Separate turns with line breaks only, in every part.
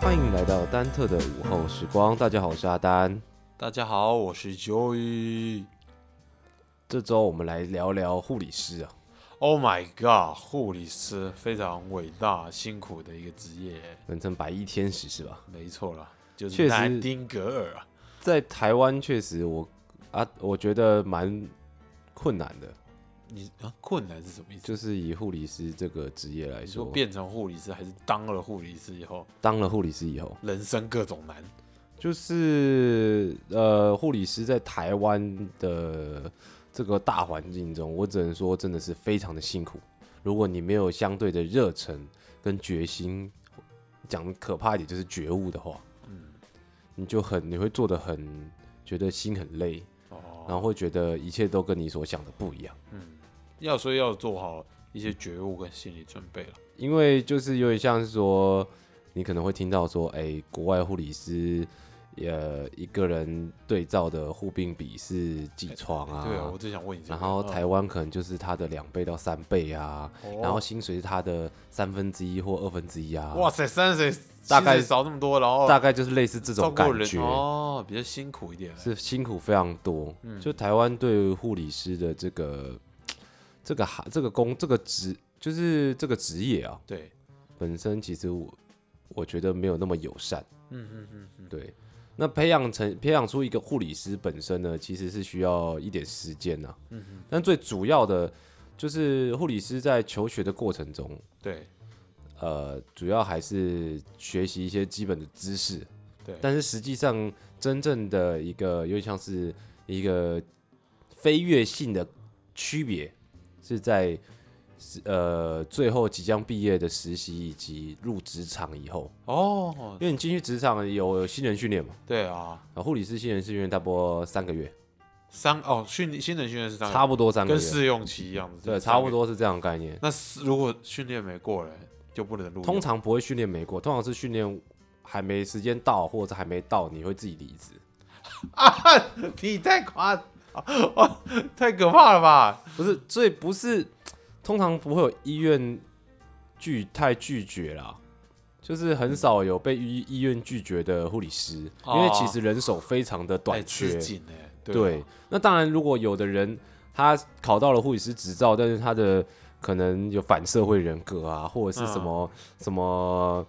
欢迎来到丹特的午后时光。大家好，我是阿丹。
大家好，我是 Joey。
这周我们来聊聊护理师啊。
Oh my god，护理师非常伟大、辛苦的一个职业，
人称白衣天使是吧？
没错啦，就是
确实
南丁格尔啊。
在台湾确实我啊，我觉得蛮困难的，
你啊，困难是什么意思？
就是以护理师这个职业来
你说
说，
变成护理师，还是当了护理师以后，
当了护理师以后，
人生各种难？
就是呃，护理师在台湾的这个大环境中，我只能说真的是非常的辛苦。如果你没有相对的热忱跟决心，讲可怕一点就是觉悟的话，
嗯，
你就很你会做的很觉得心很累，
哦，
然后会觉得一切都跟你所想的不一样。
嗯，要说要做好一些觉悟跟心理准备了。
因为就是有点像是说，你可能会听到说，哎、国外护理师，呃，一个人对照的护病比是几床啊，
对啊，我只想问你这个。
然后台
嗯，
湾可能就是他的两倍到三倍啊，
哦
然后薪水是他的三分之一或二分之一啊，
哇塞，三十岁
大概
薪水少那么多，然后
大概就是类似这
照
种感
顾人
觉，
哦，嗯比较辛苦一点。
是辛苦非常多。就台湾对于护理师的这个这个行这个工这个职，就是这个职业啊，
对，
本身其实我我觉得没有那么友善。
嗯嗯嗯嗯，
对，那培养成培养出一个护理师本身呢，其实是需要一点时间呐、
嗯
但最主要的就是护理师在求学的过程中，
对
呃，主要还是学习一些基本的知识，
对。
但是实际上真正的一个有点像是一个飞跃性的区别，是在呃最后即将毕业的实习以及入职场以后，
哦
因，为你进去职场有有新人训练嘛，
对啊，
啊，护理师新人训练差不多三个月，
三哦训新人训练是这样，
差不多三个
跟
月，
试用期一样的，
对，
是三
差
个
不。多是这样的概念。
那是如果训练没过嘞，就不能录用。
通常不会训练没过，通常是训练还没时间到或者还没到，你会自己离职。
你太夸哦哦，太可怕了吧？
不是，所以不是，通常不会有医院拒太拒绝啦，就是很少有被医医院拒绝的护理师，因
哦
为其实人手非常的短
太
缺
吃。紧哎，
对
啊，
那当然，如果有的人他考到了护理师执照，但是他的可能有反社会人格啊，或者是什么、什么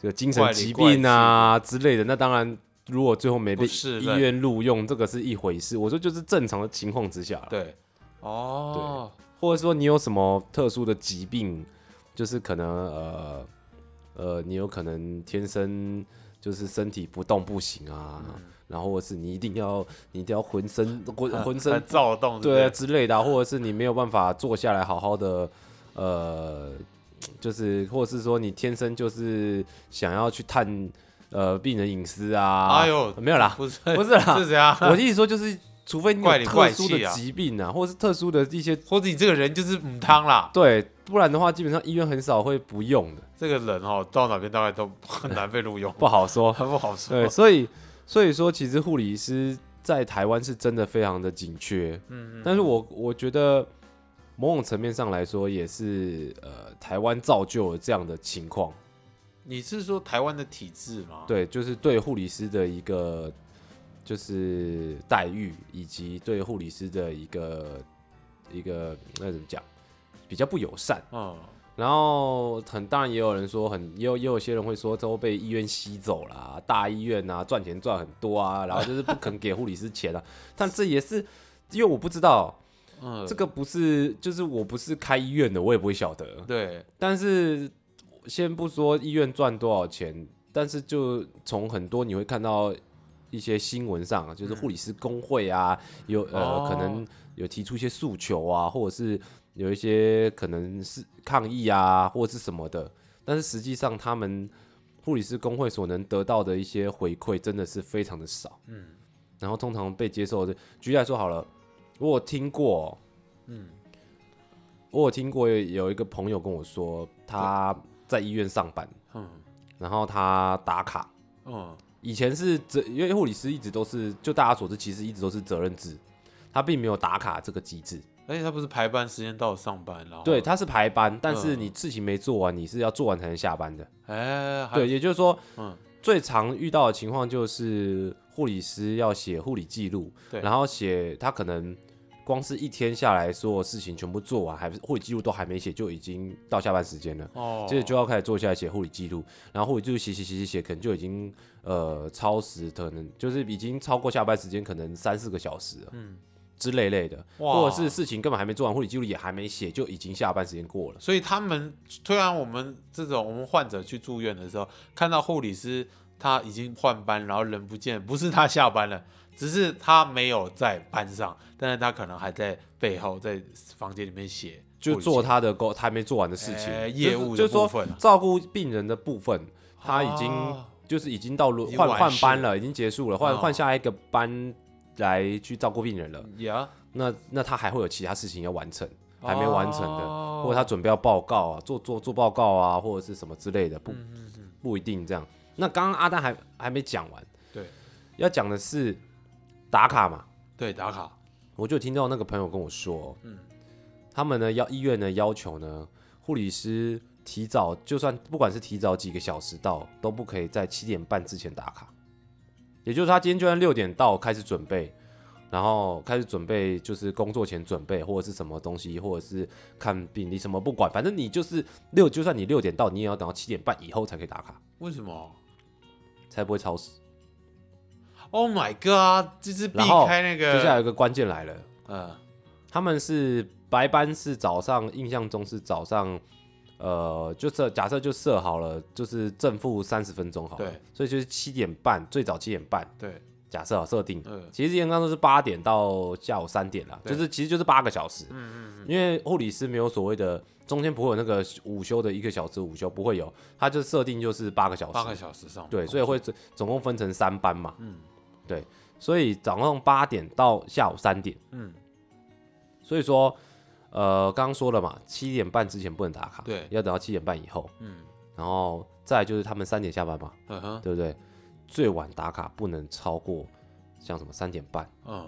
这个精神
嗯怪里
疾
怪
病啊之类的，那当然。如果最后没被
不是
医
人
院录用，这个是一回事。我说就是正常的情况之下啦，
啊对，哦，
或者说你有什么特殊的疾病，就是可能呃呃，你有可能天生就是身体不动不行啊，
嗯
然后或者是你一定要你一定要浑身浑
很
浑身
很躁动，
对啊
不
之类的啊、或者是你没有办法坐下来好好的呃，就是或者是说你天生就是想要去探呃病人隐私啊，
哎呦
没有啦，
不是
不是啊啦，
是怎样？
我的意思说就是。除非你
怪
有
里
特
怪
殊
气
的
啊
疾病啊，或者是特殊的一些
或者你这个人就是母汤啦，
对，不然的话，基本上医院很少会不用的，
这个人哦，到哪边大概都很难被录用，
不好说。
很不好说
对，。所以所以说，其实护理师在台湾是真的非常的紧缺。
嗯，
但是我我觉得某种层面上来说，也是呃，台湾造就了这样的情况。
你是说台湾的体制吗？
对，就是对护理师的一个就是待遇，以及对护理师的一个一个那怎么讲，比较不友善。
嗯，
然后很当然也有人说很，也有也有些人会说都被医院吸走啦，大医院啊赚钱赚很多啊，然后就是不肯给护理师钱啊。但这也是因为我不知道
嗯，
这个不是，就是我不是开医院的，我也不会晓得。
对，
但是先不说医院赚多少钱，但是就从很多你会看到一些新闻上啊，就是护理师工会啊，有呃、
嗯哦
可能有提出一些诉求啊，或者是有一些可能是抗议啊，或者是什么的。但是实际上，他们护理师工会所能得到的一些回馈，真的是非常的少。
嗯
然后通常被接受的，举例来说好了，我有听过，
嗯，
我有听过有有一个朋友跟我说，他在医院上班，
嗯
然后他打卡。
嗯，
以前是责，因为护理师一直都是，就大家所知，其实一直都是责任制，他并没有打卡这个机制。
而且他不是排班时间到上班，然后
对，，他是排班，但是
嗯
你事情没做完，你是要做完才能下班的。
哎，还
对，，也就是说，
嗯，
最常遇到的情况就是护理师要写护理记录，
对
然后写他可能光是一天下来所有事情全部做完，还不是护理记录都还没写，就已经到下班时间了。
哦，
接着就要开始坐下来写护理记录，然后护理记录写写写写写，可能就已经呃超时，可能就是已经超过下班时间，可能三四个小时了
嗯，
之类类的，
哇
或者是事情根本还没做完，护理记录也还没写，就已经下班时间过了。
所以他们推呃然我们这种我们患者去住院的时候，看到护理师他已经换班，然后人不见，不是他下班了，只是他没有在班上，但是他可能还在背后在房间里面写护理记录，
就做他的工，他还没做完的事情，
哎
就是
业务的
就是说
部分啊
照顾病人的部分，他已经、
哦
就是已经到轮
已经
换
完
换
事
班了，已经结束了，换
哦
换下一个班来去照顾病人了。
呀，
那那他还会有其他事情要完成，还没完成的，
哦
或者他准备要报告啊，做做做报告啊，或者是什么之类的，不、
嗯
不一定这样。那刚刚阿丹还还没讲完，
对
要讲的是打卡嘛，
对打卡，
我就听到那个朋友跟我说，他们呢要医院的要求呢，护理师提早就算不管是提早几个小时到，都不可以在七点半之前打卡。也就是他今天就算六点到开始准备，然后开始准备就是工作前准备或者是什么东西，或者是看病历什么不管，反正你就是六，就算你六点到，你也要等到七点半以后才可以打卡，
为什么？
才不会超时。
Oh my god！就是避
然后
开那个，
接下来有一个关键来了。
嗯，
他们是白班是早上，印象中是早上，呃，就设假设就设好了，就是正负三十分钟好了，
对，
所以就是七点半，最早七点半，
对，
假设好设定。
嗯，
其实严格说是八点到下午三点啦，
对
就是其实就是八个小时。嗯嗯因为护理师没有所谓的中间不会有那个午休的一个小时午休，不会有，他就设定就是八个小时。
八个小时上班，
对，所以会总总共分成三班嘛。
嗯，
对，所以早上八点到下午三点。
嗯，
所以说，呃，刚刚说了嘛，七点半之前不能打卡，
对
要等到七点半以后。
嗯，
然后再来就是他们三点下班嘛，
嗯哼，
对不对？最晚打卡不能超过像什么三点半，
嗯，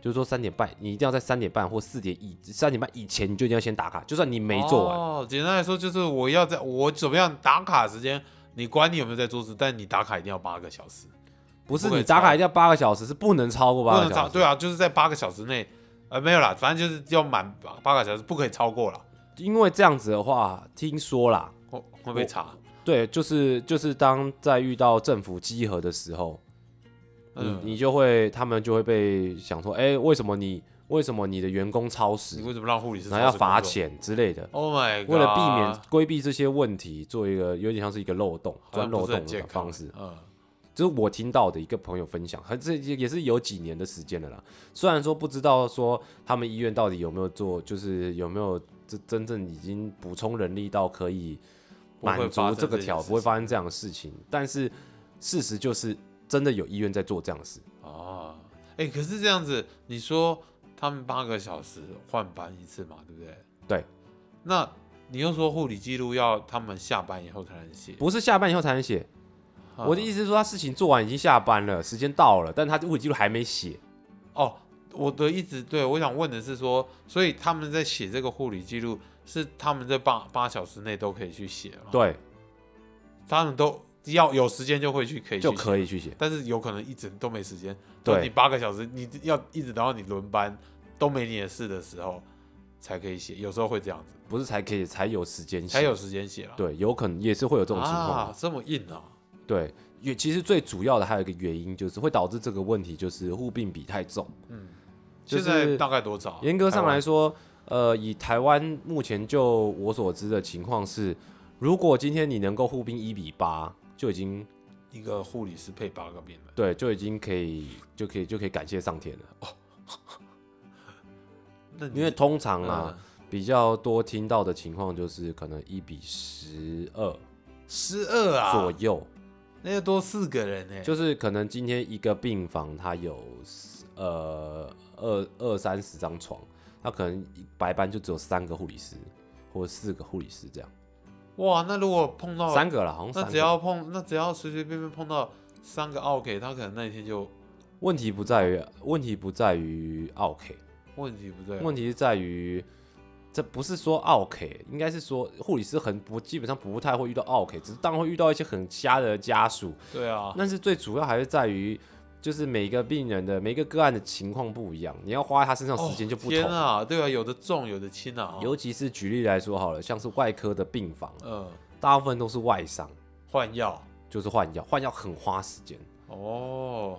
就是说三点半你一定要在三点半或四点以三点半以前你就一定要先打卡，就算你没做完，
哦，简单来说就是我要在我怎么样打卡时间，你管你有没有在做事，但你打卡一定要八个小时，
不是
不可以
你打卡
超
一定要八个小时，是不能超过
不
八
能
个
超，
小时。
对啊，就是在八个小时内，呃，没有啦，反正就是要满八八个小时，不可以超过了，
因为这样子的话，听说啦，
会会被查。
对，就是就是当在遇到政府稽核的时候，你
嗯，
你就会他们就会被想说，哎、为什么你为什么你的员工超时
你，为什么让护理师
然后要
超时
罚
工作
钱之类的，
？Oh my god！
为了避免规避这些问题，做一个有点像是一个漏洞
好
钻
像不
漏
是很
洞
健
的
康
方式，
嗯，
这是我听到的一个朋友分享，还这也是有几年的时间了啦。虽然说不知道说他们医院到底有没有做，就是有没有这真正已经补充人力到可以
不会
满
发
足
生
这个
这件
条，
事
不会
情
发生这样的事情。但是事实就是，真的有医院在做这样的事。
哦，哎、可是这样子，你说他们八个小时换班一次嘛，对不对？
对。
那你又说护理记录要他们下班以后才能写，
不是下班以后才能写。
嗯
我的意思是说，他事情做完已经下班了，时间到了，但他物理记录还没写。
哦，我的意思对，我想问的是说，所以他们在写这个护理记录，是他们在八八小时内都可以去写吗？，
对，
他们都要有时间就会去可以
就
去写
可以去写。
但是有可能一整都没时间。
对
等你八个小时，你要一直等到你轮班都没你的事的时候才可以写，有时候会这样子，
不是才可以才有时间写，
才有时间写了。
对，有可能也是会有这种情况。
啊，这么硬啊！
对，也其实最主要的还有一个原因，就是会导致这个问题，就是护病比太重。就是
嗯现在大概多少啊？
严格上来
台
说，呃，以台湾目前就我所知的情况是，如果今天你能够护病一比八，就已经
湾一个护理师配八个病人，
对，就已经可以就可以就可以感谢上天了。
那你
因为通常
嗯
啊，比较多听到的情况就是可能一比十二
十二
左
啊，哎
右，
那要多四个人呢、
就是可能今天一个病房它有呃二二三十张床，它可能一白班就只有三个护理师或者四个护理师这样，
哇，那如果碰到
三个了，好像
那
三
只
个。
要碰那只要随随便便碰到三个 OK，他可能那一天就
问题不在于问题不在于 OK，
问题不对啊，
问题是在于，这不是说 OK，应该是说护理师很不基本上不太会遇到 OK，只是当然会遇到一些很瞎的家属，
对啊，
但是最主要还是在于，就是每个病人的每个个案的情况不一样，你要花在他身上时间就不
天
同。
啊，对啊，有的重，有的轻啊，
尤其是举例来说好了，像是外科的病房，
嗯，
大部分都是外伤，
换药
就是换药，换药很花时间。
哦，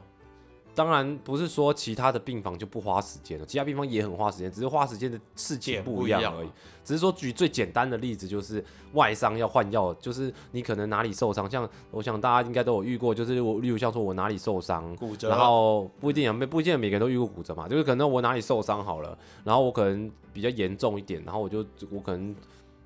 当然不是说其他的病房就不花时间了，其他病房也很花时间，只是花时间的事情
点
不
不
一
一
样
样
而已
嘛。
只是说举最简单的例子，就是外伤要换药，就是你可能哪里受伤，像我想大家应该都有遇过，就是我例如像说我哪里受伤，
骨折，
嗯然后不一定啊，没不一定每个人都遇过骨折嘛，就是可能我哪里受伤好了，然后我可能比较严重一点，然后我就我可能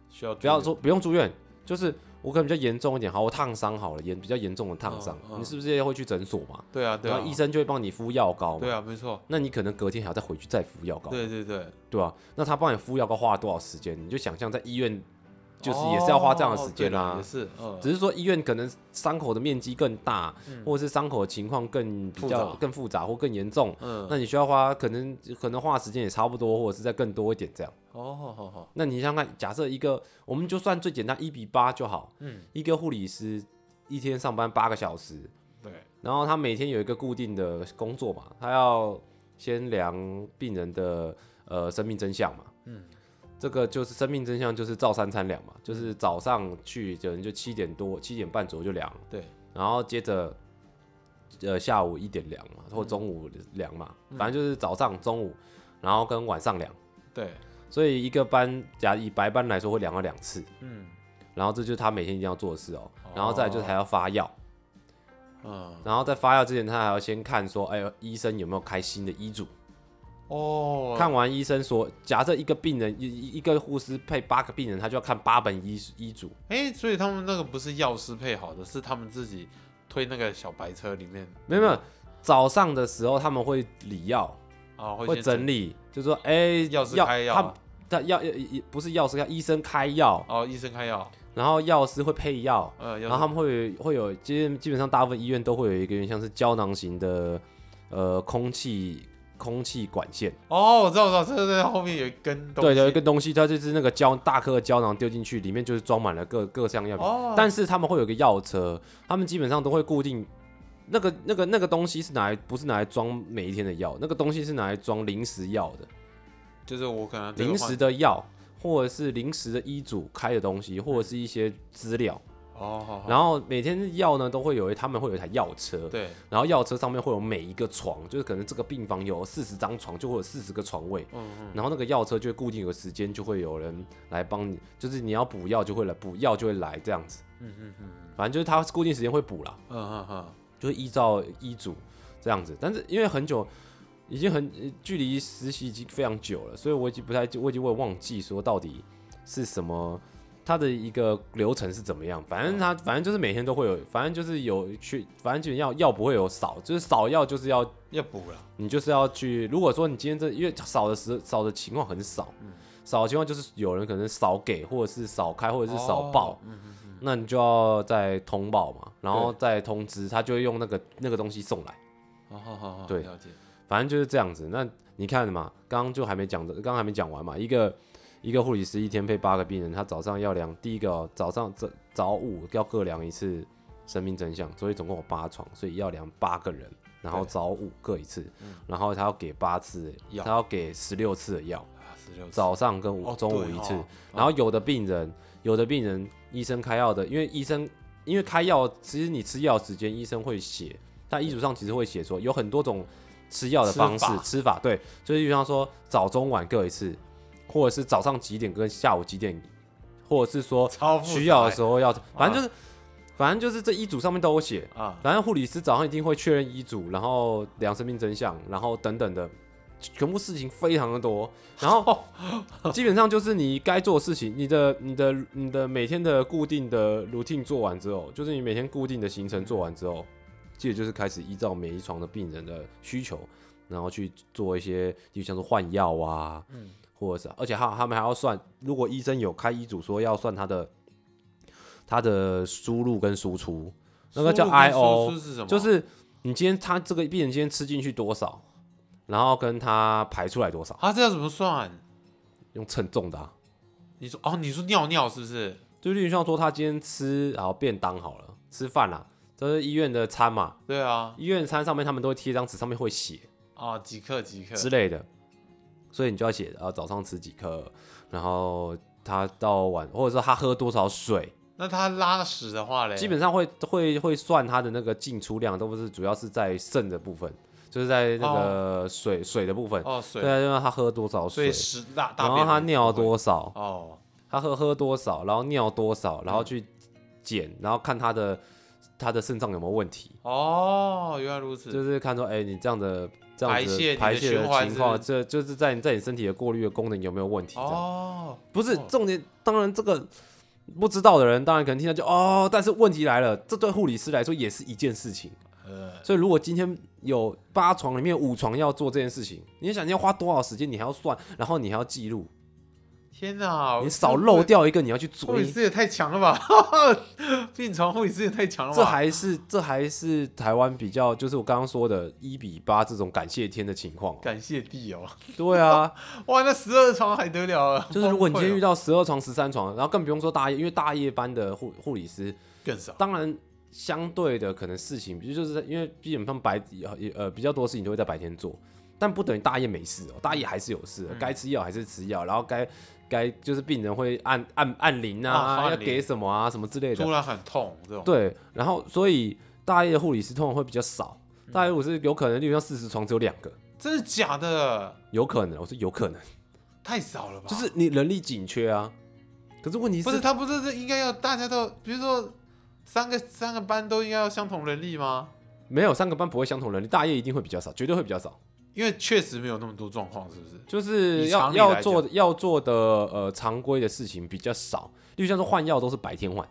需要
不要
注意
说不用住院，就是我可能比较严重一点，好，我烫伤好了，严比较严重的烫伤，
嗯嗯
你是不是也会去诊所嘛？
对啊，对
然
啊
后，医生就会帮你敷药膏嘛
对。啊，没错，
那你可能隔天还要再回去再敷药膏，
对对对，
对吧、那他帮你敷药膏花了多少时间？你就想象在医院，就是也是要花这样的时间
哦哦对啦
啊
也。是，嗯，
只是说医院可能伤口的面积更大，或者是伤口的情况更比较
复杂
更复杂或更严重，
嗯，
那你需要花可能可能花的时间也差不多，或者是再更多一点这样。
哦，好好好，
那你想想看，假设一个我们就算最简单一比八就好，
嗯，
一个护理师一天上班八个小时，
对，
然后他每天有一个固定的工作嘛，他要先量病人的呃生命真相嘛。
嗯，
这个就是生命真相，就是照三餐量嘛，就是
嗯
早上去有人就七点多七点半左右就量，
对，
然后接着呃下午一点量嘛，
嗯
或中午量嘛，反正就是早上、中午，然后跟晚上量。
对，
所以一个班，假以白班来说会量到两次，
嗯
然后这就是他每天一定要做的事哦、
哦
然后再来就是还要发药，
嗯，
然后在发药之前，他还要先看说，哎呦，医生有没有开新的医嘱？
哦，
看完医生说，假设一个病人一一一个护士配八个病人，他就要看八本医医嘱。
哎，所以他们那个不是药师配好的，是他们自己推那个小白车里面，
没有没有，早上的时候他们会理药，
啊，
会
会
整
理，
理，就说哎，
药师开药
他
啊
他药呃不是药师开，医生开药，
哦，医生开药，
然后药师会配药，
呃，
然后他们会有会有，基本基本上大部分医院都会有一个有点像是胶囊型的，呃，空气空气管线，
哦，我知道，我知道，这个在后面有一根东西，
对，有一个东西，它就是那个胶大颗的胶囊丢进去，里面就是装满了各各项药品。
哦，
但是他们会有一个药车，他们基本上都会固定那个那个那个东西是拿来不是拿来装每一天的药，那个东西是拿来装临时药的，
就是我可能这个
临
换
时的药或者是临时的医嘱开的东西，或者是一些资料。
嗯哦，好好，
然后每天药呢都会有一他们会有一台药车，
对，
然后药车上面会有每一个床，就是可能这个病房有四十张床，就会有四十个床位。
嗯嗯，
然后那个药车就会固定有个时间，就会有人来帮你，就是你要补药就会来补药就会来这样子。
嗯嗯嗯
反正就是它固定时间会补啦，
嗯嗯嗯
就会依照医嘱这样子。但是因为很久，已经很呃距离实习已经非常久了，所以我已经不太我已经我也忘记说到底是什么。它的一个流程是怎么样？反正它反正就是每天都会有，反正就是有去，反正就是药药不会有少，就是少药就是要
嗯，要补了，
你就是要去。如果说你今天这因为少的时少的情况很少，少的情况就是有人可能少给，或者是少开，或者是少报，
哦，嗯嗯嗯，
那你就要再通报嘛，然后再通知，他就会用那个那个东西送来。
好哦好好好，
对
了解，
反正就是这样子。那你看嘛，刚刚就还没讲的，刚刚还没讲完嘛。一个一个护理师一天配八个病人，他早上要量第一个哦、早上早早午要各量一次生命真相，所以总共有八床，所以要量八个人，然后
对嗯
早午各一次，然后他要给八次，
药
他要给十六次的药，
啊十六
早上跟午、
哦
中午
对
一次。
哦
然后有的病人，有的病人医生开药的，因为医生因为开药，其实你吃药时间医生会写，但医嘱上其实会写说有很多种吃药的
吃
方式
法
吃法，对，就是比方说早中晚各一次，或者是早上几点跟下午几点，或者是说
超复杂欸嗯
需要的时候要，反正就是、反正就是这医嘱上面都有写，
啊，
反正护理师早上一定会确认医嘱，然后量生命真相，然后等等的，全部事情非常的多。然后基本上就是你该做的事情，你的、你的、你的每天的固定的 routine 做完之后，就是你每天固定的行程做完之后，接着就是开始依照每一床的病人的需求，然后去做一些，就像是换药啊，
嗯
或者是，而且他他们还要算，如果医生有开医嘱说要算他的他的输入跟输出，那个叫
输入跟
IO
输出是什么？
就是你今天他这个病人今天吃进去多少，然后跟他排出来多少，
啊，这要怎么算？
用称重的、啊。
你说哦，你说尿尿是不是？
就例如像说他今天吃好便当好了，吃饭啦、这是医院的餐嘛，
对啊，
医院餐上面他们都会贴一张纸，上面会写
啊，几克几克，
之类的，所以你就要写啊早上吃几克，然后他到晚或者说他喝多少水，
那他拉屎的话嘞，
基本上会会会算他的那个进出量，都不是主要是在肾的部分，就是在那个水、水的部分，
哦
对
水，
啊，就让他喝多少
所
水
以，屎大大
然后
便
他
很
尿
不会
多少，
哦，
他喝喝多少，然后尿多少，然后
嗯
去检，然后看他的他的肾脏有没有问题，
哦，原来如此，
就是看说，哎、你这样的这
排
样
泄你
子
的
排泄
循环
情
是
况，这就是在你在你身体的过滤的功能有没有问题？这样、
哦，
不是
哦
重点，当然这个不知道的人，当然可能听到就哦，但是问题来了，这对护理师来说也是一件事情。
呃，
所以如果今天有八床里面有五床要做这件事情，你想你要花多少时间，你还要算，然后你还要记录，
天哪，
你少漏掉一个，你要去
护
做
理
一。
师也太强了吧！ 病床护理师也太强了吧！
这还是这还是台湾比较，就是我刚刚说的一比八这种感谢天的情 况。
感谢地哦，
对啊，
哇，那十二床还得了啊！
就是如果你今天遇
到
到十二床、十三床，然后更不用说大夜，因为大夜班的护护理师，
更少，
当然相对的可能事情，比如就是在因为基本上白呃呃比较多事情都会在白天做，但不等于大夜没事哦，大夜还是有事的
嗯，
该、吃药还是吃药，然后该该就是病人会按按按铃
啊
啊，
按
要
铃
给什么啊什么之类的
突，然很痛这种。
对，然后所以大夜的护理师通常会比较少，
嗯
大夜我是有可能，例如像四十床只有两个，
真的假的？
有可能，我说有可能，
太少了吧？
就是你人力紧缺啊，可是问题
不是他不是应该要大家都，比如说三个三个班都应该要相同能力吗？
没有三个班不会相同人力，大夜一定会比较少，绝对会比较少。
因为确实没有那么多状况，是不是？
就是
以
要
常理
要
来
做要做的呃常规的事情比较少，例如像说换药都是白天换，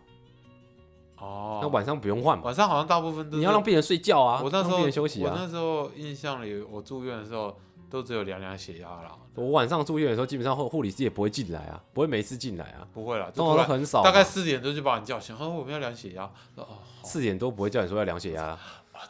哦，
那晚上不用换嘛，
晚上好像大部分都是
你要让病人睡觉啊，
我那时
让病
候
人休息
我
啊。
那时候印象里，我住院的时候都只有量量血压啦，
我晚上住院的时候，基本上护护理师也不会进来啊，不会每次进来啊，
不会啦，就
通
突
常都
然
很少嘛，啊
大概四点多就把你叫醒，哦，我们要量血压。哦，好
四点多不会叫你说要量血压啊。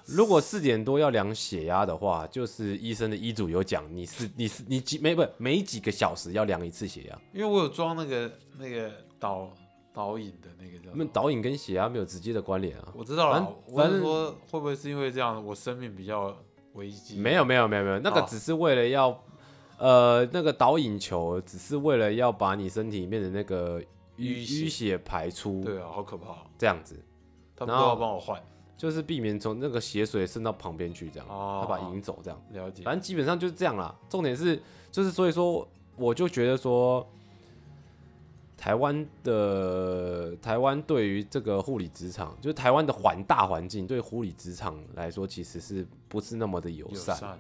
如果四点多要量血压的话，就是医生的医嘱有讲，你是你是你几每不每几个小时要量一次血压，
因为我有装那个那个导导引的那个叫什
那
么，
导引跟血压没有直接的关联啊。
我知道
反
了
正。
我
反
是
正
说，会不会是因为这样，我生命比较危机？
没有没有没有没有，那个
哦
只是为了要，呃，那个导引球只是为了要把你身体里面的那个
淤
淤
血
淤血排出，
对啊，好可怕哦，
这样子
他们
然
都
后
要帮我换。
就是避免从那个血水渗到旁边去，这样，
哦
他把它引走这样，
了解
反，正基本上就是这样啦。重点是就是所以说，我就觉得说，台湾的台湾对于这个护理职场，就是台湾的环大环境对护理职场来说，其实是不是那么的友
友
善
善。啊，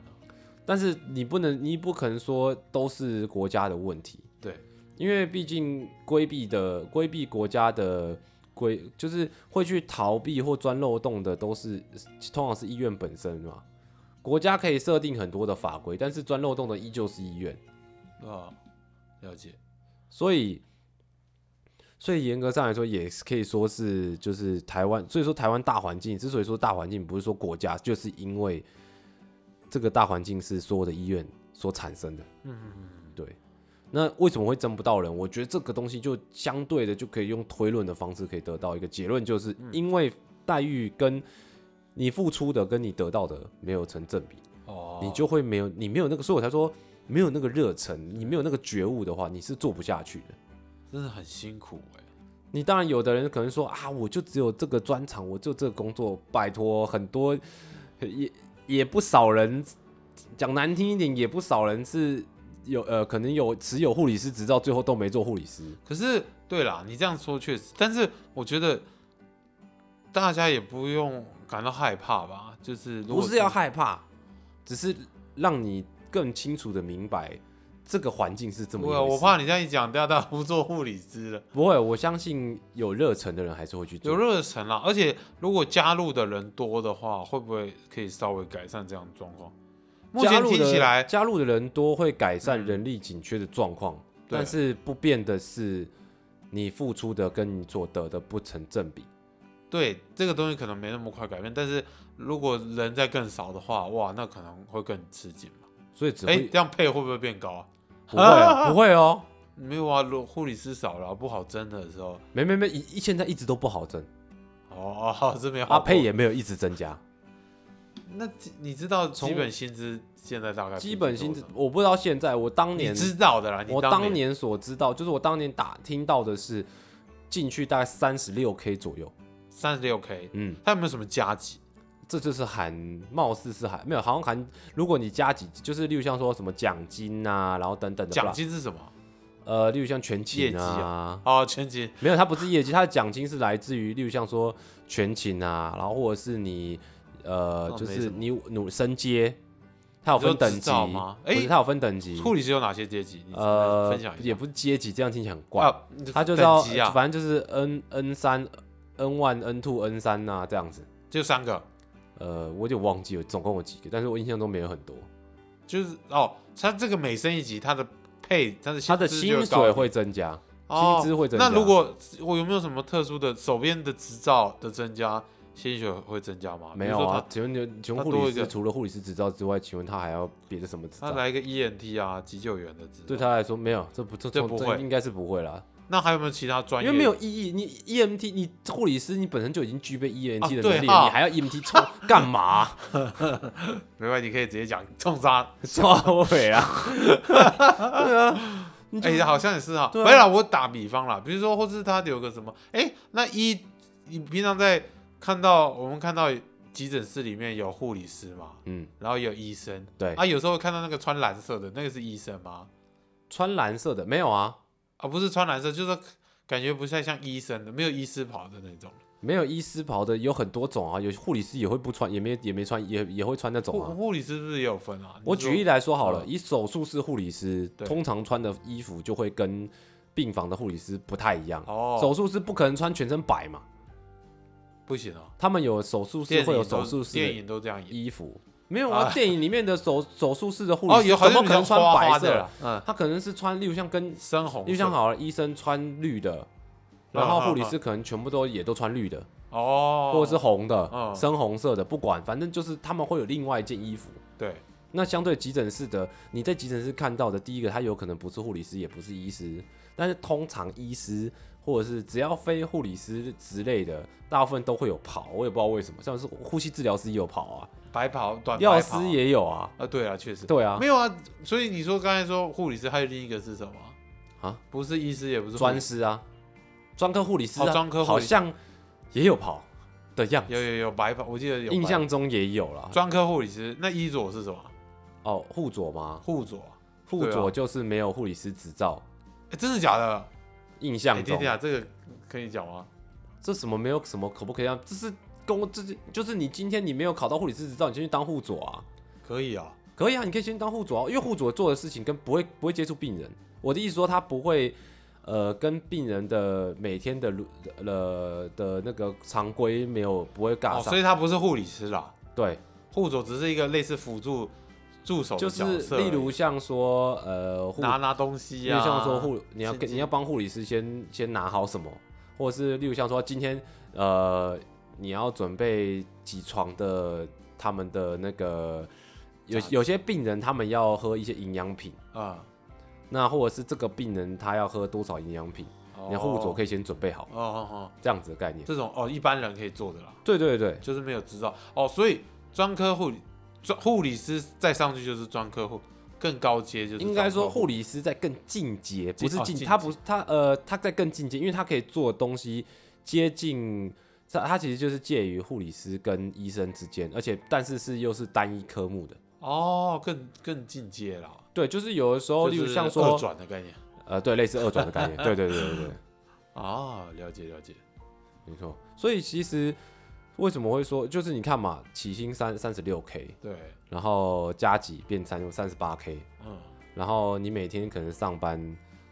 但是你不能，你不可能说都是国家的问题，
对，
因为毕竟规避的规避国家的规，就是会去逃避或钻漏洞的，都是通常是医院本身嘛。国家可以设定很多的法规，但是钻漏洞的依旧是医院，
啊，了解，
所以，所以严格上来说，也是可以说是就是台湾，所以说台湾大环境之所以说大环境，不是说国家，就是因为这个大环境是所有的医院所产生的。
嗯，
对，那为什么会争不到人？我觉得这个东西就相对的就可以用推论的方式可以得到一个结论，就是
嗯
因为待遇跟你付出的跟你得到的没有成正比，
哦，
你就会没有你没有那个，所以我才说没有那个热忱，你没有那个觉悟的话，你是做不下去的。
真的很辛苦哎，
你当然有的人可能说啊，我就只有这个专长，我就这个工作，拜托，很多也也不少人，讲难听一点，也不少人是有呃，可能有持有护理师执照，最后都没做护理师。
可是，对啦，你这样说确实，但是我觉得大家也不用感到害怕吧，就是如果
不是要害怕，只是让你更清楚的明白这个环境是这
真
么
的
一回
不会
事。
啊，我怕你这样一讲，大家不做护理师了，
不会，我相信有热忱的人还是会去做。
有热忱啦。而且如果加入的人多的话，会不会可以稍微改善这样的状况？目
加
前
入
听
的
起来，
加入的人多会改善
嗯
人力紧缺的状况，
对
但是不变的是，你付出的跟你所得的不成正比。
对这个东西可能没那么快改变，但是如果人再更少的话，哇，那可能会更吃紧嘛。
所以只
哎、
会
这样配会不会变高啊？
不会哦不会哦，
没有啊，如果护理师少了不好争的时候，
没没没，一现在一直都不好增，
哦哦， 这边
啊配也没有一直增加，
那你知道
从
基本薪资现在大概
基本薪
平均
资
多少
我不知道现在，我当
你
年
知道的啦，你
我
当
当年所知道，就是我当年打听到的是进去大概三十六 K 左右，
三十六 k，
嗯，
他有没有什么加急？
这就是含，貌似是含，没有，好像含，如果你加几，就是例如像说什么奖金啊，然后等等的
奖
blah，
金是什么？
呃，例如像全
业
勤
绩
啊，
哦，全勤
没有，它不是业绩，它的奖金是来自于，例如像说全勤啊，然后或者是你呃，
哦
就
没
是
什么
你努升阶，它有
你说
分等
执
级
照吗
不是
哎
它有分等级，
护理师有哪些阶级？你
呃，
分享一下。
也不是阶级，这样听起来很怪，
啊，
它就
等
叫
级啊，
反正就是 N N 三、N one、N two、N 三呐这样子。
就三个，
呃，我有点忘记了，总共有几个，但是我印象中没有很多。
就是哦，他这个每升一级，他的配，他的
他的
资
薪
就高一
水
点
会增加，
哦
薪资会增加
那如果我有没有什么特殊的手边的执照的增加，薪水会增加吗？
没
比如
有
说
啊？ 请问你，请问
他
护
多
理
一个
师除了护理师执照之外，请问他还要别的什么执
他，他
照？
来一个 ENT 啊，急救员的执
对
照，
他来说没有，这不这
这
从
不会啊
应该是不会啦，
那还有没有其他专
因
业？
为没有啊意义。你 EMT，你护理师你本身就已经具备 EMT
啊
的
对
能力，
哈
了，你还要 E EMT 冲干嘛？
没关系，你可以直接讲冲杀。
超伟 啊！
哎、好像也是哈。
对啊
没啦，我打比方啦，比如说，或是他有个什么，哎、那一你平常在看到我们看到急诊室里面有护理师嘛，
嗯，
然后也有医生
对，
啊，有时候会看到那个穿蓝色的那个是医生吗？
穿蓝色的没有啊？
啊，不是穿蓝色，就是说感觉不太像医生的，没有医师袍的那种。
没有医师袍的有很多种啊，有护理师也会不穿，也没也没穿，也也会穿那种
护
啊。
护理师是不是也有分啊？
我举例来说好了，
嗯
以手术室护理师
对
通常穿的衣服就会跟病房的护理师不太一样。
哦
手术室不可能穿全身白嘛，
不行哦，
他们有手术室
电影
会有
都
手术室
电
的
影都这样演。
衣服，没有啊？
啊
电影里面的手手术室的护
哦，
理
有
师
好
怎么
像
可能穿白色啊
了？，嗯，
他可能是穿，例如像跟，
深红色。啊
例如像好了，医生穿绿的，然后护理师可能全部都也都穿绿的，
哦，
或者是红的、
嗯
深红色的，不管，反正就是他们会有另外一件衣服。
对
那相对急诊室的，你在急诊室看到的，第一个他有可能不是护理师，也不是医师，但是通常医师或者是只要非护理师之类的，大部分都会有袍，我也不知道为什么，像是呼吸治疗师也有袍啊，
白袍短白袍
药师也有啊，
啊，对啊，确实
对啊
没，有啊。所以你说刚才说护理师还有另一个是什么？
啊，
不是医师也不是护
专师啊，专科护理师啊，
哦专科护理师
好像也有袍的样
有
子，
有有白袍，我记得有白
印象中也有啦。
专科护理师。那医佐是什么？
哦，护佐吗？
护佐。
护
对啊
佐就是没有护理师执照，
哎，真的假的？
印
哎，
象
弟
中
弟啊，这个可以讲吗？
这什么没有什么可不可以让？这是公，这是就是你今天你没有考到护理师执照，你先去当护佐啊，
可以啊。
可以啊，你可以先当护佐、啊，因为护佐做的事情跟不会不会接触病人。我的意思说他不会，呃，跟病人的每天的路呃的那个常规没有不会尬
哦，
上，
所以他不是护理师啦，
对，
护佐只是一个类似辅助助手的
就
角
是
色而已，
例如像说呃护
拿拿东西
例
啊，
如像说护，你要
先
跟
进
你要帮护理师先先拿好什么，或者是例如像说今天呃你要准备几床的他们的那个有
杂志
有些病人他们要喝一些营养品，
啊，
那或者是这个病人他要喝多少营养品，你要护佐可
以
以先准备好
哦哦哦，
这样子的概念。
这种哦一般人可以做的啦，
对对对，
就是没有执照哦，所以专科护理专护理师再上去就是专科护，更高阶就是
应该说护
理
理师在更进阶，
进
不是
哦
进，
进
他不是他呃他在更进阶，因为他可以做的东西接近，他他其实就是介于护理师跟医生之间，而且但是是又是单一科目的。
哦更更进阶啦，
对，就是有的时候，哦例
就
如
是
像
二
说，
转的概念
呃，对，类似二转的 概念，对对对对对，
啊，了解了解，
没错。所以其实为什么会说，就是你看嘛，起薪三三十六 k，
对，
然后加几变三三十八 k，
嗯，
然后你每天可能上班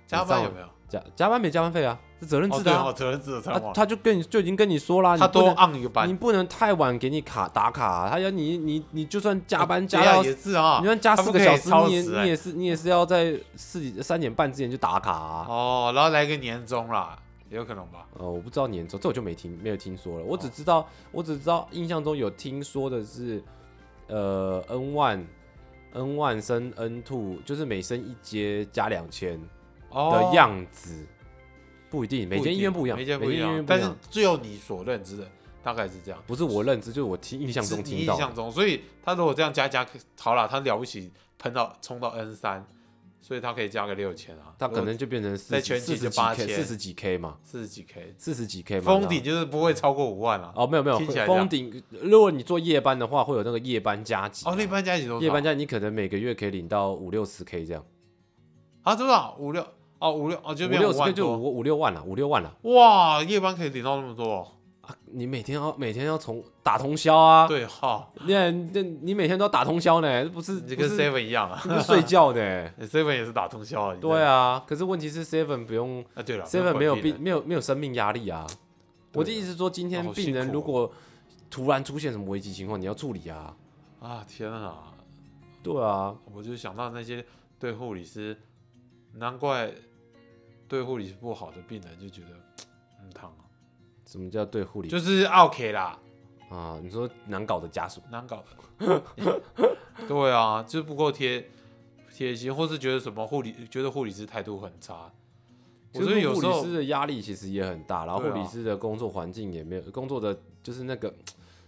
加班有没有？
加加班没加班费啊，是责任
哦
制
对
的、啊
哦，责任制的参
他
谋，
他就跟你就已经跟你说啦，
他
你不
多
能
按一个班
你，不能太晚给你卡打卡啊、他要你你你就算加班加
对啊
到，
也是啊
你就，算加
他
四
不
个
可以
小时，
超
你也
时欸
你也是你也是要在四三点半之前就打卡啊。
哦，然后来个年终啦，也有可能吧。
呃，我不知道年终，这我就没听没有听说了。我
哦
只知道、我只知道印象中有听说的是，呃，N one、 N one 升 N two，就是每升一阶加两千
哦
的样子，不一定，每
不一
间医
定
院不一样，
每间
不
不一样，但是只有你所认知的大概是这样。
不是我认知，就是我听印象
是
中
你
听
印
到的，
象中，所以他如果这样加加，好啦，他了不起喷到冲到 N 三，所以他可以加个六千啊，
他可能就变成四
在全
四
体
十
就
几 K，
8000
四十几 K 嘛，
四十几 K，
四十几 K 嘛，
封
那
顶就是不会超过五万啊。
哦，没有没有
听起来，
封顶。如果你做夜班的话，会有那个夜班加急。
哦，那班加起多少？
夜班加你可能每个月可以领到五六十 K 这样，
啊，多少？五六哦，五六哦，
五
就变
六
五
十 K
万
就
多。
五五六万了，五六万了
哇，夜班可以领到那么多哦，
啊！你每天要每天要从打通宵啊，
对哈，
你那你每天都要打通宵呢，不是
你这
不
跟
是
Seven 一样啊？
不是睡觉呢
，Seven 也是打通宵啊。你这
对，啊，可是问题是 Seven 不用
啊对了
Seven 没有病，
病，
没有没有生命压力啊。
对
我的意思是说，今
啊
天
好辛
病人
苦哦
如果突然出现什么危机情况，你要处理啊。
啊，天啊，
对啊，
我就想到那些对护理师，难怪对护理师不好的病人就觉得嗯烫啊，
什么叫对护理
就是 OK 啦，
啊？你说难搞的家属。
难搞的。对啊，就是不够贴贴心，或是觉得什么护理，觉得护理师态度很差。我
就
觉得
是
有
护
时
理
候
师的压力其实也很大，然后护
对啊
理师的工作环境也没有工作的，就是那个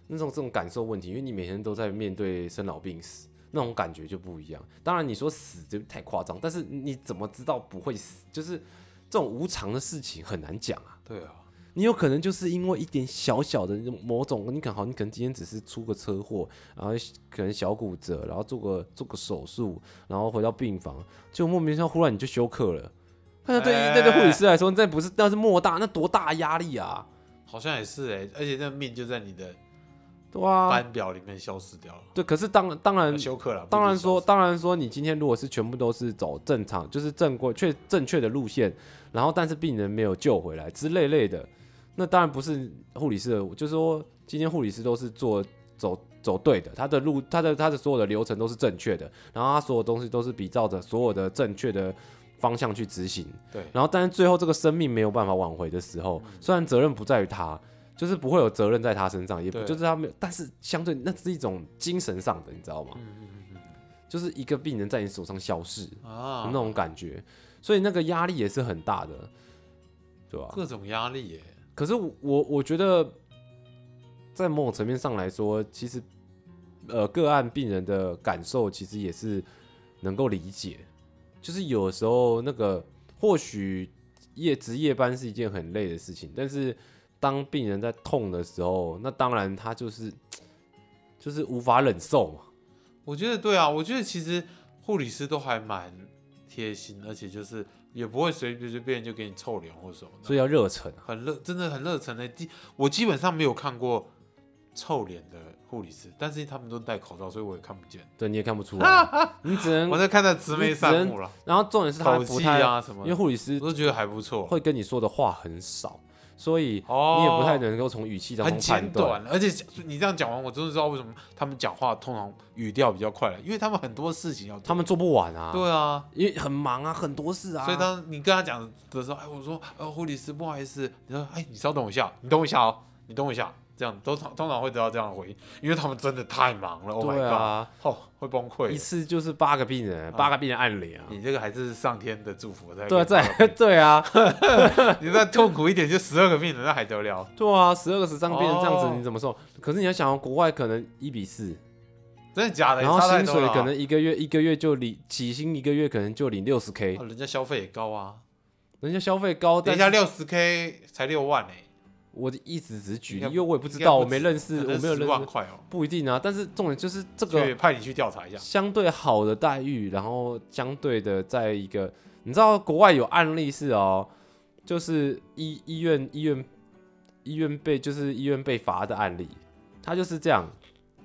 那种这种感受问题，因为你每天都在面对生老病死，那种感觉就不一样。当然你说死这太夸张，但是你怎么知道不会死？就是这种无常的事情很难讲啊。
对啊，
你有可能就是因为一点小小的某种，你可能好，你可能今天只是出个车祸，然后可能小骨折，然后做个做个手术，然后回到病房，就莫名其妙忽然你就休克了。那对于
哎
那对护理师来说，那不是那是莫大那多大压力啊！
好像也是哎、而且那命就在你的
对啊，
班表里面消失掉了，
对，可是当当然
啊休克了。
当然说，
不是消
当然说，你今天如果是全部都是走正常，就是正规、确正确的路线，然后但是病人没有救回来之类类的，那当然不是护理师的，就是说今天护理师都是做走走对的，他的路、他的他的所有的流程都是正确的，然后他所有东西都是比照着所有的正确的方向去执行，
失对，
然后但是最后这个生命没有办法挽回的时候，
嗯
虽然责任不在于他。就是不会有责任在他身上，也不
对
就是他没有，但是相对那是一种精神上的，你知道
嗯
吗？就是一个病人在你手上消逝、
啊
那，种感觉，所以那个压力也是很大的，对吧、
各种压力耶、
可是我我觉得，在某种层面上来说，其实呃个案病人的感受其实也是能够理解，就是有时候那个或许夜值夜班是一件很累的事情，但是当病人在痛的时候，那当然他就是就是无法忍受嘛。
我觉得对啊，我觉得其实护理师都还蛮贴心，而且就是也不会随随便便就给你臭脸或什么
所
的，
以要热忱啊，
很热，真的很热忱的。基我基本上没有看过臭脸的护理师，但是他们都戴口罩，所以我也看不见。
对你也看不出来， 你只能
我。在看到慈眉善目了，
然后重点是他
口
不
气
太，
啊什么
因
的，
为护理师
我都觉得还不错。
会跟你说的话很少，所以
哦，
你也不太能够从语气当
很
中判
简
断。
短，而且你这样讲完，我真的知道为什么他们讲话通常语调比较快了，因为他们很多事情要做。
他们做不完啊，
对啊，
因为很忙啊，很多事啊。
所以当你跟他讲的时候，哎，我说，呃，护理师，不好意思，你说，哎，你稍等我一下，你等我一下哦，你等我一下，这样都通通常会得到这样的回应，因为他们真的太忙了，Oh my
对
god，
啊，
哦，会崩
一
溃。
次就是八个病人，八个病人按脸啊。
你这个还是上天的祝福在，
对啊，在 对啊，
你再痛苦一点就十二个病人，那还得了？
对啊，十二个十三个病人这样
哦
子，你怎么受？可是你要想哦，国外可能一比四，
真的假的？
然后
也差太
薪
多了
水
啊
可能一个月一个月就领起薪，一个月可能就领六十 K，
哦人家消费也高啊，
人家消费高，哦但
人
是
家六十 K 才六万呢，欸
我的一直只举
应
例，
该
因为我也不知
应该
道，
不
我没
止
认识，
可
我
能
没有认
10万
识，
块哦，
不一定啊。但是重点就是这个
去派你去调查一下。
相对好的待遇，然后相对的在一个，嗯你知道国外有案例是哦，就是医医院医院医院被就是医院被罚的案例，他就是这样，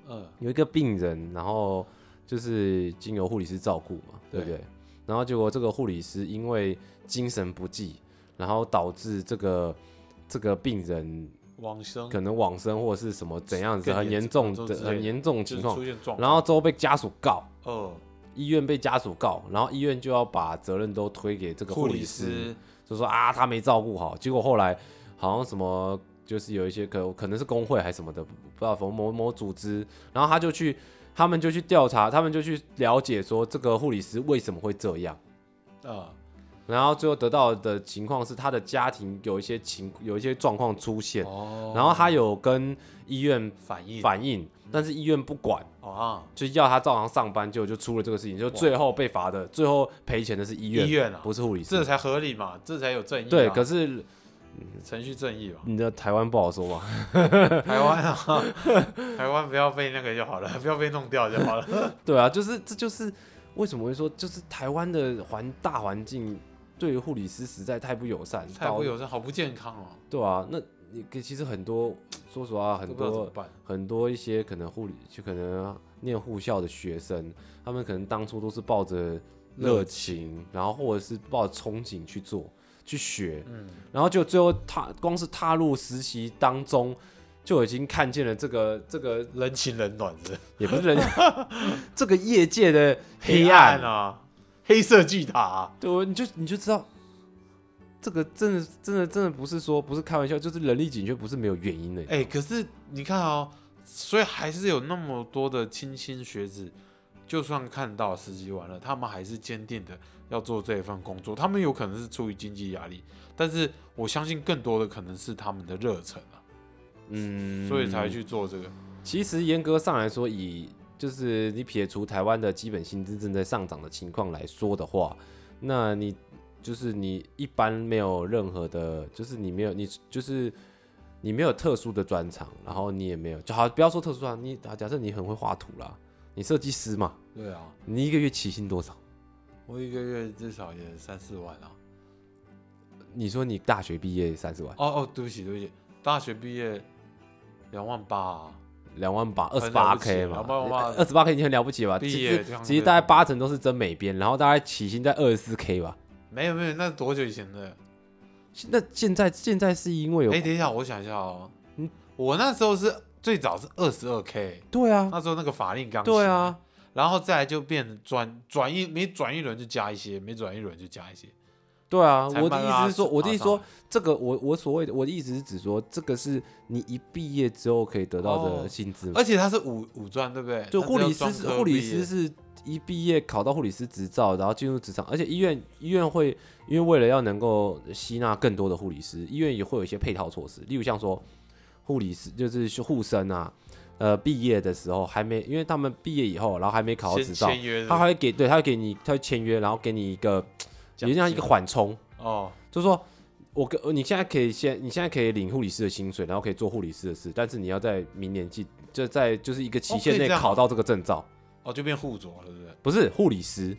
嗯，
有一个病人，然后就是经由护理师照顾嘛，对不对？然后结果这个护理师因为精神不济，然后导致这个这个病人
往生
可能往生或者是什么怎样子
更
很
严
严重
重
的
之类
很
的
严重的
就
情
是
况
出，现状况，
然后之后被家属告。
呃，
医院被家属告，然后医院就要把责任都推给这个护
护
理
理
师，
师
就说啊他没照顾好。结果后来好像什么就是有一些可可能是工会还是什么的，不知道某某某组织，然后他就去他们就去调查，他们就去了解说这个护理师为什么会这样。
啊、
然后最后得到的情况是，他的家庭有一些情有一些状况出现，
哦，
然后他有跟医院
反应
反映，但是医院不管，
哦啊，
就要他照常上班，结果就出了这个事情，就最后被罚的，最后赔钱的是医院，
医院啊，
不是护理
这
师。
才合理嘛，这才有正义、啊，
对，可是，
程序正义嘛
你的台湾不好说嘛，
台湾啊， 台湾不要被那个就好了，不 要被弄掉就 好了。
对啊，就是这就是为什么会说，就是台湾的环大环境对于护理师实在太不友善，
太不
到
友善，好不健康哦，
对啊，那你其实很多，说实话，
都
很
不知道怎
多
么办。
很多一些可能护理就可能念护校的学生，他们可能当初都是抱着热情，然后或者是抱着憧憬去做去学，
嗯，
然后就最后踏光是踏入实习当中，就已经看见了这个这个
人情冷暖的
也不是人 这个业界的黑暗，
啊，黑色巨塔、啊，
对，你就你就知道。这个真的真的真的不是说不是开玩笑，就是人力紧缺不是没有原因的。
哎、可是你看哦，所以还是有那么多的青青学子，就算看到实习完了，他们还是坚定的要做这一份工作。他们有可能是出于经济压力，但是我相信更多的可能是他们的热忱啊，
嗯，
所以才去做这个。
其实严格上来说，以就是你撇除台湾的基本薪资正在上涨的情况来说的话，那你就是你一般没有任何的，就是你没有你就是你没有特殊的专长，然后你也没有就好，不要说特殊啊，你啊假设你很会画图啦，你设计师嘛，
对啊，
你一个月起薪多少？
我一个月至少也三四万啊。
你说你大学毕业三十万，
哦哦，对不起对不起，大学毕业两万八、啊，
两万八，二十
很
八
了不起
k 嘛，
28K
二十八 k 已经很了不起了吧？
毕
其
业
实
这样
其实
子
大概八成都是真美编，然后大概起薪在二十四 k 吧。
没有没有，那是多久以前的？
那现在现在是因为有、
哎、等一下，我想一下哦。
嗯
我那时候是最早是二十二 k，
对啊，
那时候那个法令刚
对
起，
啊，
然后再来就变转转一，每转一轮就加一些，每转一轮就加一些。
对啊。
才
我的
慢
意
慢
思是说，
拉
我的意思说
拉上，
这个我我所谓的我的意思是指说，这个是你一毕业之后可以得到的
哦
薪资嘛。
而且他是五五专，对不对？
就
它
护
只有
理师
专
是
科
护理
毕业
师是一毕业考到护理师执照，然后进入职场，而且医院医院会因为为了要能够吸纳更多的护理师，医院也会有一些配套措施，例如像说护理师就是护生啊，呃，毕业的时候还没，因为他们毕业以后，然后还没考到执
先
照，
签约
他
的
还会给对，他会给你，他会签约，然后给你一个，
奖
也就像一
金
个缓冲，
哦，
就是说我跟哦你现在可以先，你现在可以领护理师的薪水，然后可以做护理师的事，但是你要在明年季，就在就是一个期限
可以
内
这样
考
哦
到这个证照，
哦就变护佐了，对不对？
不是护理师，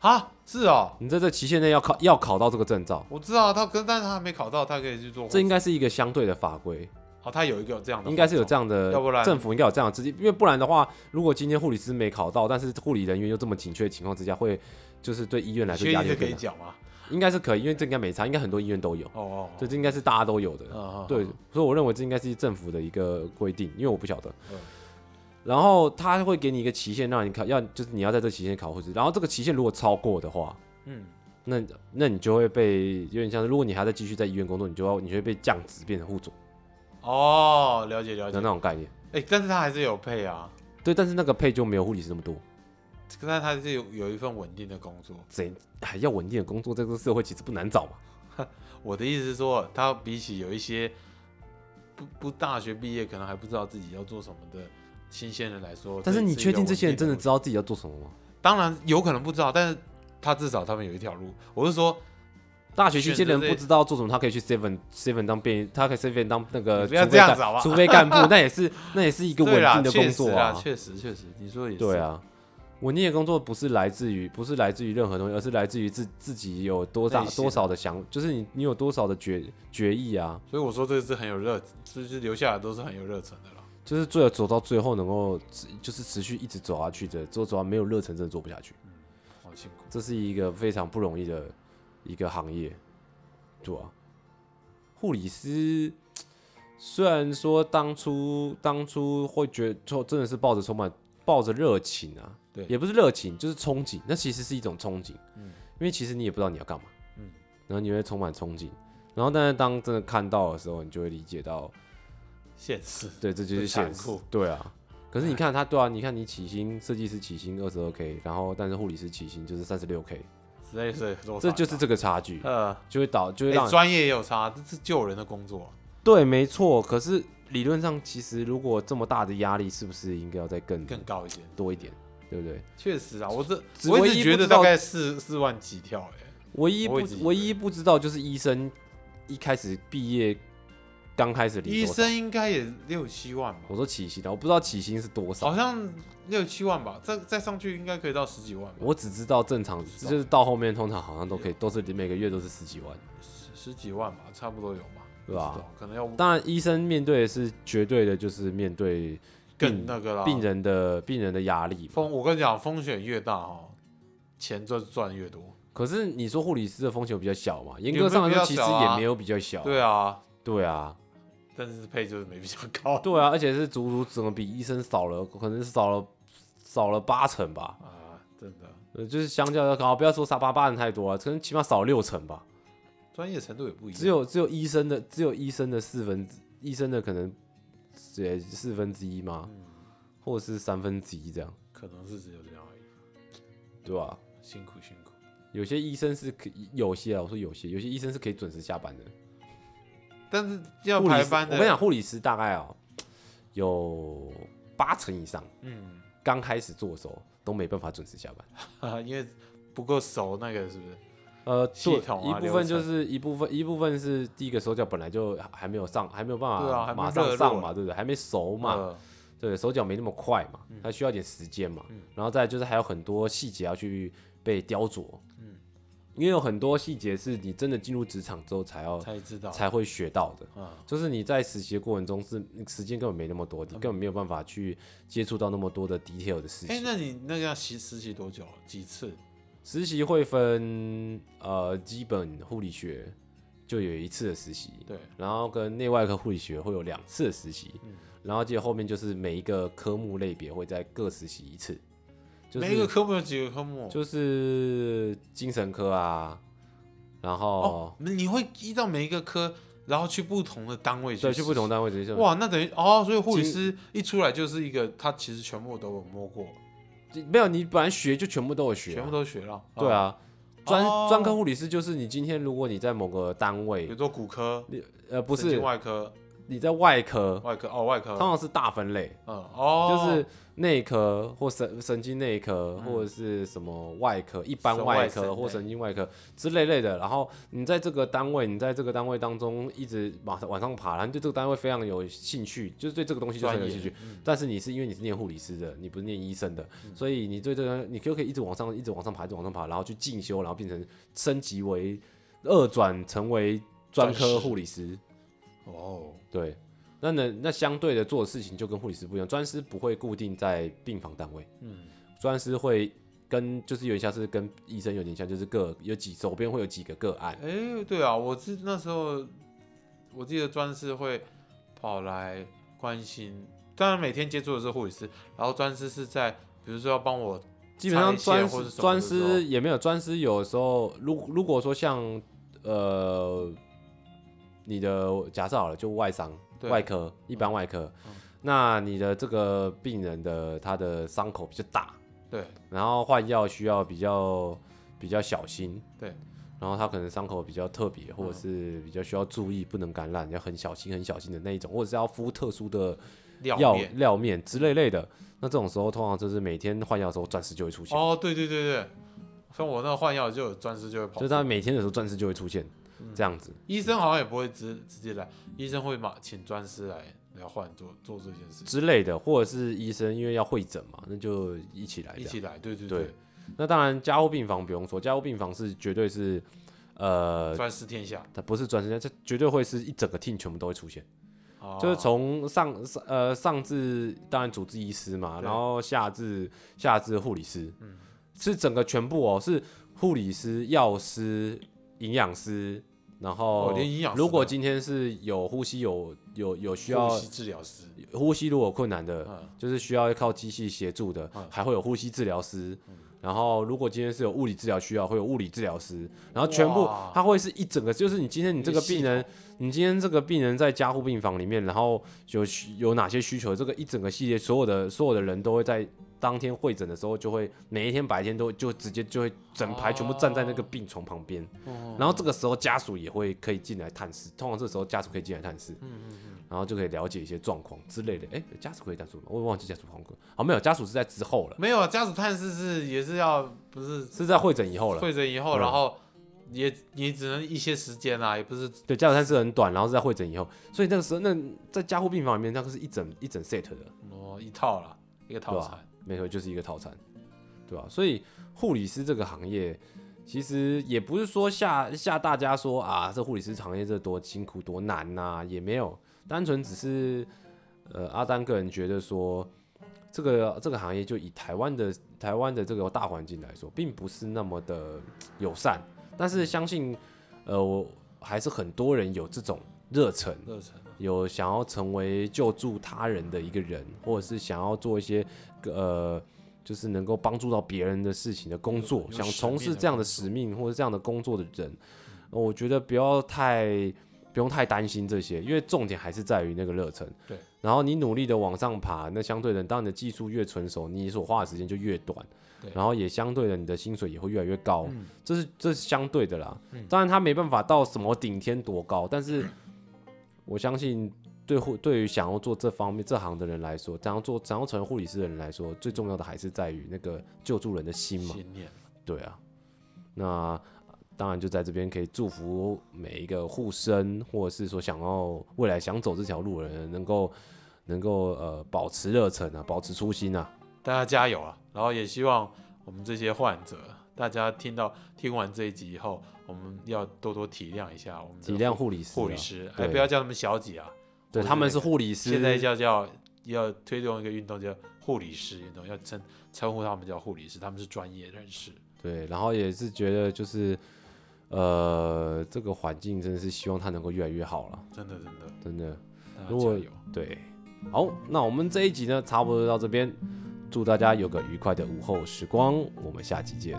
啊，是哦，
你在这期限内要考要考到这个证照，
我知道他，可是但是他还没考到，他可以去做护佐。
这应该是一个相对的法规，
哦，他有一个有这样的，
应该是有这样的
要不，然
政府应该有这样的制定，因为不然的话，如果今天护理师没考到，但是护理人员又这么紧缺的情况之下，会就是对医院来
样
说
确
压
定
力
是
会
可
更
以
大，
讲吗？
应该是可以，因为这应该没差，应该很多医院都有。
哦哦，
对，这应该是大家都有的。
嗯，嗯，
对
嗯，
所以我认为这应该是政府的一个规定，因为我不晓得。
嗯
然后他会给你一个期限，让你考，要就是你要在这个期限考护士。然后这个期限如果超过的话，
嗯，
那那你就会被有点像是，如果你还在继续在医院工作，你就要你就会被降职变成护佐
哦，了解了解
的。那种概念。
哎、但是他还是有配啊，
对，但是那个配就没有护理师那么多。
但是他是有有一份稳定的工作。
怎还要稳定的工作，在这个社会其实不难找嘛。
哦我的意思是说，他比起有一些不不大学毕业，可能还不知道自己要做什么的新鲜人来说，
但是你确定这些人真的
这是一个稳定
知道自己要做什么吗？
的？当然有可能不知道，但是他至少他们有一条路。我是说，
大学期间的人
选择这
不知道做什么，他可以去 seven seven 当便，他可以 seven 当那个储
你不要
备
这样
干
子好不好
储备干 部，那也是那也是一个稳
对啦，
定的
确
工
实
作
啦，
啊。
确实确实，你说的也是
对，啊，稳定的工作不是来自于不是来自于任何东西，而是来自于自自己有多大
内心
多少的想，就是你你有多少的决决议啊，
所以我说这是很有热，就是留下来都是很有热忱的啦。
就是最后走到最后能够持就是持续一直走下去的，做走到没有热忱真的做不下去，
好辛苦，
这是一个非常不容易的一个行业，对啊，护理师。虽然说当初当初会觉得就真的是抱着充满抱着热情啊，
对
也不是热情，就是憧憬，那其实是一种憧憬，
嗯
因为其实你也不知道你要干嘛，
嗯
然后你会充满憧憬，然后但是当真的看到的时候，你就会理解到，
现实
对，这就是现
很
实
残酷，哎
对啊。可是你看他，对啊，你看你起薪，设计师起薪二十二 k，然后但是护理师起薪就是三十六 k，
实在是多
这
惨
就是
啊
这个差距，
呃，
就会导就会
哎
让你
专业也有差，这是救人的工作啊、
对，没错。可是理论上，其实如果这么大的压力，是不是应该要再更
更高一点。
多一点，对不对？
确实啊，我这
只
我
唯
一直
一
觉
不
得
知道
大概四四万起跳、哎，
唯一不
我也自己以为
唯一不知道就是医生一开始毕业刚开始领
医
多少，
生应该也六七万吧，
我说起薪的，我不知道起薪是多少
好，像六七万吧，再再上去应该可以到十几万吧，
我只知道正常
知道
就是到后面通常好像都可以，都是每个月都是十几万。
十十几万吧，差不多有吧，
对吧
不知道？可能要
当然，医生面对的是绝对的，就是面对
更那个啦。
病人的病人的压力嘛。
啊风，我跟你讲，风险越大哦，钱就赚越多。
可是你说护理师的风险比较小嘛？严
也
格
不是
上来
比
说，
较
其实
小啊
也没有比较小。
对啊，
对啊，
但是配就是没比较高。
对啊，而且是足足整个比医生少了，可能是少了少了八成吧。
啊，真的，
呃，就是相较要高，不要说沙巴巴人太多啊了，可能起码少六成吧。
专业程度也不一样。
只有只有医生的，只有医生的四分之，医生的可能也四分之一嘛，
嗯
或者是三分之一这样，
可能是只有这样而已，
对吧、
辛苦辛苦。
有些医生是可以有些啊，我说有些，有些医生是可以准时下班的。
但是要
护理
排
师，
班
我
的，
跟你讲，护理师大概哦、有八成以上
嗯，
刚开始做的时候都没办法准时下班。
因为不够熟那个是不是？
呃，
系
对
统啊
一部分
流
就
程
是一部分，一部分是第一个手脚本来就还没有上，还没有办
对啊
法
还没
马上
热
上
络
嘛，对不对？还没熟嘛，
呃
对不对，手脚没那么快嘛，
嗯
它需要一点时间嘛。然后再来就是还有很多细节要去被雕琢，
嗯
因为有很多细节是你真的进入职场之后才要
才知道。
才会学到的。
啊，
就是你在实习的过程中是时间根本没那么
嗯
多，你根本没有办法去接触到那么多的 detail 的事
哎、
情。
那你那个要实实习多久？几次？
实习会分呃基本护理学就有一次的实习，
对，
然后跟内外科护理学会有两次的实习，
嗯
然后接着后面就是每一个科目类别会再各实习一次，就
每一个
是
科目有几个科目？
就是精神科啊，然后、
哦，你会依照每一个科，然后去不同的单位去
对去不同
的。
单位直接就
哇，那等于哦，所以护理师一出来就是一个，他其实全部都有摸过，
没有你本来学就全部都有学啊、
全部都学了。
对
啊，
啊，专
哦
专、科护理师就是你今天如果你在某个单
比如
位，
说骨科、
呃，不
神
是
经外科、
你在外科，
外科哦，外科
通，常是大分类，
嗯，哦，
就
嗯
是内科或神神经内科、或者是什么外科，一般
神
外
外
科
神
或
类
神经外科之类类的。然后你在这个单位，你在这个单位当中一直往上往上爬，然后你对这个单位非常有兴趣，就是对这个东西就是很有兴趣。
嗯
但是你是因为你是念护理师的，你不是念医生的，所以你对这个你就可以一直往上，一直往上爬，一直往上爬，然后去进修，然后变成升级为二转成为专
专
科
师
护理师。
哦，
对，那呢，那相对的做的事情就跟护理师不一样，专师不会固定在病房单位，
嗯，
专师会跟就是有点像是跟医生有点像，就是个有几手边会有几个个案，
哎、对啊，我记那时候，我记得专师会跑来关心，当然每天接触的是护理师，然后专师是在，比如说要帮我，
基本上
拆
专
线或
师
是什么
专
的时候
师也没有专师，有时候如如果说像呃你的假设好了，就外伤
对嗯
外科一般外科，那你的这个病人的他的伤口比较大，
对
然后换药需要比较比较小心，
对，嗯
然后他可能伤口比较特别，或者是比较需要注意不能感染，要很小心很小心的那一种，或者是要敷特殊的
料
药
面，
料面之类类的。那这种时候通常就是每天换药的时候，钻石就会出现，
哦，对对对对，像我那个换药就有专师就会跑
就是，他每天的时候钻石就会出现，
嗯
这样子。
医生好像也不会直直接来，医生会嘛请专师来来换做做这件事情，
之类的，或者是医生因为要会诊嘛，那就一起来这
一
样。
起来，对对
对
对，
那当然加护病房不用说，加护病房是绝对是，呃，
专师天下，
它不是转时间，这绝对会是一整个 team 全部都会出现。
哦、
就是从上上呃上至当然主治医师嘛，
对嗯
然后下至下至护理师，是整个全部哦，是护理师、药师、营养师，然后、
哦连营养师都
如果
有
今天是有呼吸有有有需要
护理治疗师，
呼吸如果有困难的，
嗯
就是需要靠机器协助的，
嗯
还会有呼吸治疗师，然后如果今天是有物理治疗需要，会有物理治疗师，然后全部
哇
它会是一整个，就是你今天你这个病人，你今天这个病人在加护病房里面，然后有需有哪些需求，这个一整个系列所有的所有的人都会在当天会诊的时候，就会每一天白天都就直接就会整排全部站在那个病床旁边，然后这个时候家属也会可以进来探视，通常这时候家属可以进来探视，然后就可以了解一些状况之类的。哎，家属可以这样说吗？我也忘记家属好像可以，哦好没有，家属是在之后了，
没有啊，家属探视是也是要不是
是在会诊以后了。
会诊以后，
嗯
然后也你只能一些时间啊啦，也不是
对，家属探视很短，然后是在会诊以后，所以那个时候那在加护病房里面，那个是一整一整 set 的，
哦一套啦，一个套餐。
没错，就是一个套餐，对吧、所以护理师这个行业，其实也不是说吓吓大家说啊，这护理师行业这多辛苦多难呐、也没有，单纯只是呃阿丹个人觉得说，这个这个行业就以台湾的台湾的这个大环境来说，并不是那么的友善，但是相信呃我还是很多人有这种热忱。
热忱
有想要成为救助他人的一个人，或者是想要做一些呃，就是能够帮助到别人的事情的工作
有，有
想
使
从
命
事
的
这样的
工
使命或者这样的工作的人，呃我觉得不要太不用太担心这些，因为重点还是在于那个热忱。
对，
然后你努力的往上爬，那相对的，当你的技术越成熟，你所花的时间就越短
对，
然后也相对的，你的薪水也会越来越高。
嗯
这是这是相对的啦。
嗯
当然，他没办法到什么顶天多高，但是我相信对护对于想要做这方面这行的人来说，想要做想要成为护理师的人来说，最重要的还是在于那个救助人的心嘛。
信念，
对啊，那当然就在这边可以祝福每一个护生，或者是说想要未来想走这条路的人，能够能够呃保持热忱啊，保持初心啊。
大家加油啊！然后也希望我们这些患者，大家听到听完这一集以后，我们要多多体谅一下我们的
体谅护理师、啊，
护理，师，
对
哎，不要叫他们小姐啊，
对，
护理
他们是
那
护理师，
现在叫叫要推动一个运动叫护理师运动，要称称呼他们叫护理师，他们是专业人士。
对，然后也是觉得就是，呃，这个环境真的是希望它能够越来越好了，
真的真的，
真的。
大家
如果
加油！
对，好，那我们这一集呢，差不多就到这边，祝大家有个愉快的午后时光，我们下期见，